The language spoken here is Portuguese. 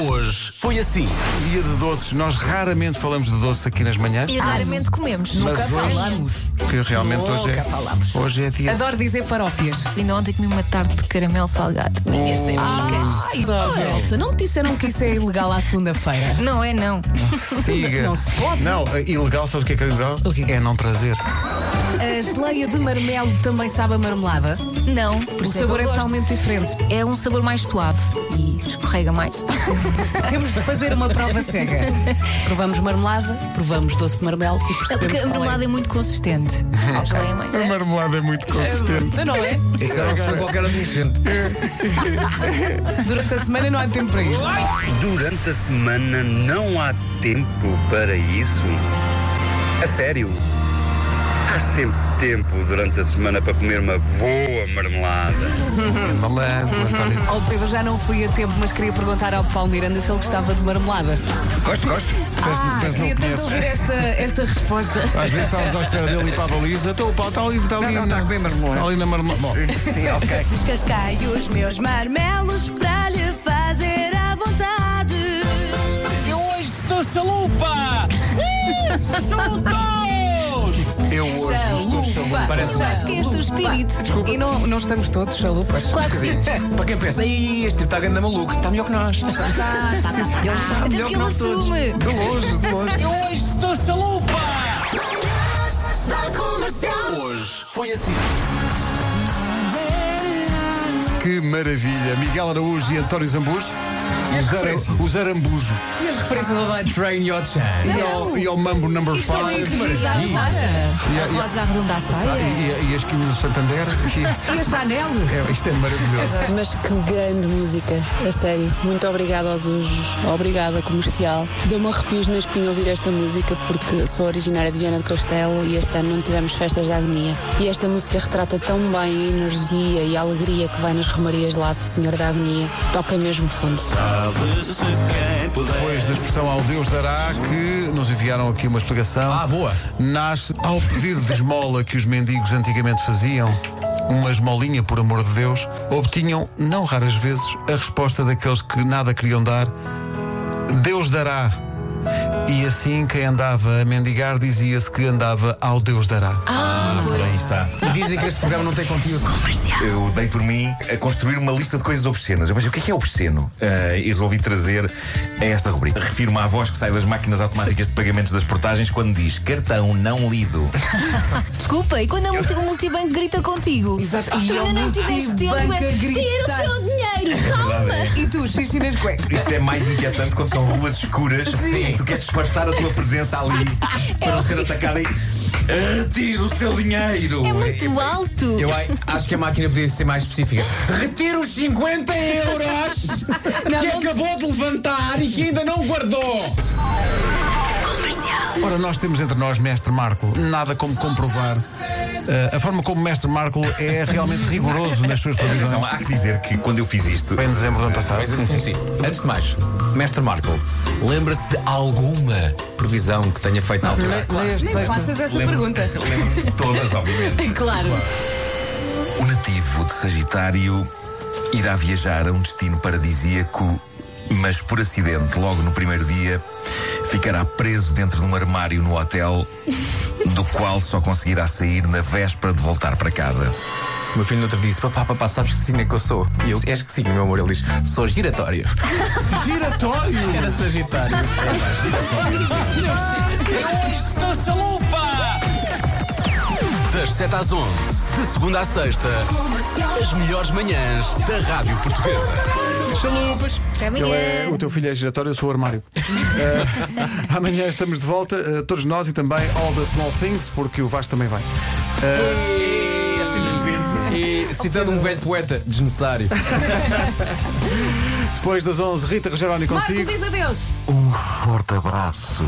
hoje foi assim. Dia de doces. Nós raramente falamos de doces aqui nas manhãs. E raramente comemos. mas hoje, porque realmente hoje é, Nunca falamos. hoje é dia. Adoro dizer farófias. Ainda ontem comi uma tarte de caramelo salgado. Minha sem bicas. Ai, Elsa, não me disseram que isso é ilegal à segunda-feira. Não é, não. Siga. Não se pode. Não, é ilegal, sabes o que é que é ilegal? O quê? É não trazer. A geleia de marmelo também sabe a marmelada. Não, por O isso sabor é que eu gosto. totalmente diferente. É um sabor mais suave e escorrega mais. É Temos de fazer uma prova cega. Provamos marmelada, provamos doce de marmelo e É percebemos Porque a qual marmelada é muito consistente. A geleia é mais. A marmelada é muito consistente. é. Não, não é? Isso era para qualquer adolescente. Durante a semana não há tempo para isso. Durante a semana não há tempo para isso? A sério? Há sempre tempo durante a semana para comer uma boa marmelada. um. Marmelada, António. Ao Pedro já não fui a tempo, mas queria perguntar ao Paulo Miranda se ele gostava de marmelada. Gosto, gosto. Ah, penso não queria tanto conheces. ouvir esta, esta resposta. Às vezes estávamos à espera dele ir para a baliza. Então o pau está ali, está ali. não, está a comer marmelada. Está ali na marmelada. Bom, Sim, ok. Descascai os meus marmelos para lhe fazer à vontade. Eu hoje estou chalupa! Chalutos! eu hoje estou chamado. Acho que este é o espírito. E não, não estamos todos chalupas. Claro que sim. Para quem pensa, "Ih, este tipo está grande maluco, está melhor que nós. Até porque ele assume. De longe, de longe. Eu hoje estou chalupa! Que maravilha. Miguel Araújo e António Zambujo. E as Os, ara, É referências? os Arambujo. E as referências ao Light Train e ao Chan? E ao, e ao Mambo Number 5. é Estão incríveis à rosa. A e- rosa arredonda à Ah, é? saia. E, e, e as Quinho do Santander. que- E a Chanel? é, isto é maravilhoso. Mas que grande música, a sério. Muito obrigada aos Anjos, obrigada comercial. Deu-me arrepios na espinha ouvir esta música porque sou originária de Viana do Castelo e este ano não tivemos festas da agonia. E esta música retrata tão bem a energia e a alegria que vai nas romarias lá de Senhor da Agonia. Toca mesmo fundo. Depois da expressão ao Deus dará, que nos enviaram aqui uma explicação. Ah, boa. Nasce ao pedido de esmola que os mendigos antigamente faziam. Uma esmolinha, por amor de Deus, obtinham, não raras vezes, a resposta daqueles que nada queriam dar: Deus dará. E assim, quem andava a mendigar dizia-se que andava ao Deus dará. Ah, E dizem que este programa não tem conteúdo. Eu dei por mim a construir uma lista de coisas obscenas. Eu pensei, o que é que é obsceno? Ah, e resolvi trazer a esta rubrica. Refiro-me à voz que sai das máquinas automáticas de pagamentos das portagens quando diz cartão não lido. Desculpa, e quando a multi- o multibanco grita contigo? Exato. Tu E é o ainda nem tiveste tempo. multibanco é, a Tira o gritar." seu dinheiro, calma. E tu, xixi nas cuecas. Isso é mais inquietante quando são ruas escuras Sim. tu queres disfarçar a tua presença ali para não ser atacada e. Retira o seu dinheiro! É muito alto. Eu ai- acho que a máquina podia ser mais específica. Retira os 50 euros que acabou de levantar e que ainda não guardou. Ora, nós temos entre nós Mestre Marco. Nada como comprovar. ah, a forma como Mestre Marco é realmente rigoroso nas suas Atenção, previsões. há que dizer que quando eu fiz isto, Foi em dezembro do ano passado. Mas, sim, sim. Antes de mais, Mestre Marco, lembra-se de alguma previsão que tenha feito na altura? Nem faças essa lembro- pergunta. lembro-me de todas, obviamente. Claro. O nativo de Sagitário irá viajar a um destino paradisíaco, mas por acidente, logo no primeiro dia, ficará preso dentro de um armário no hotel, do qual só conseguirá sair na véspera de voltar para casa. O meu filho no outro dia disse: Papá, papá, sabes que signo é que eu sou? E eu, és que signo, meu amor? Ele diz: Sou giratório. giratório? Era Sagitário. Eu hoje estou chalupa! Das 7 às 11, de segunda à sexta, as melhores manhãs da Rádio Portuguesa. Chalupas. Até amanhã. Eu, é, o teu filho é giratório, eu sou o armário. Eh, amanhã estamos de volta, eh, todos nós e também All the Small Things, porque o Vasco também vai. E citando um velho poeta, desnecessário. Depois das 11, Rita Rogeroni Marco, consigo. diz adeus. Forte abraço.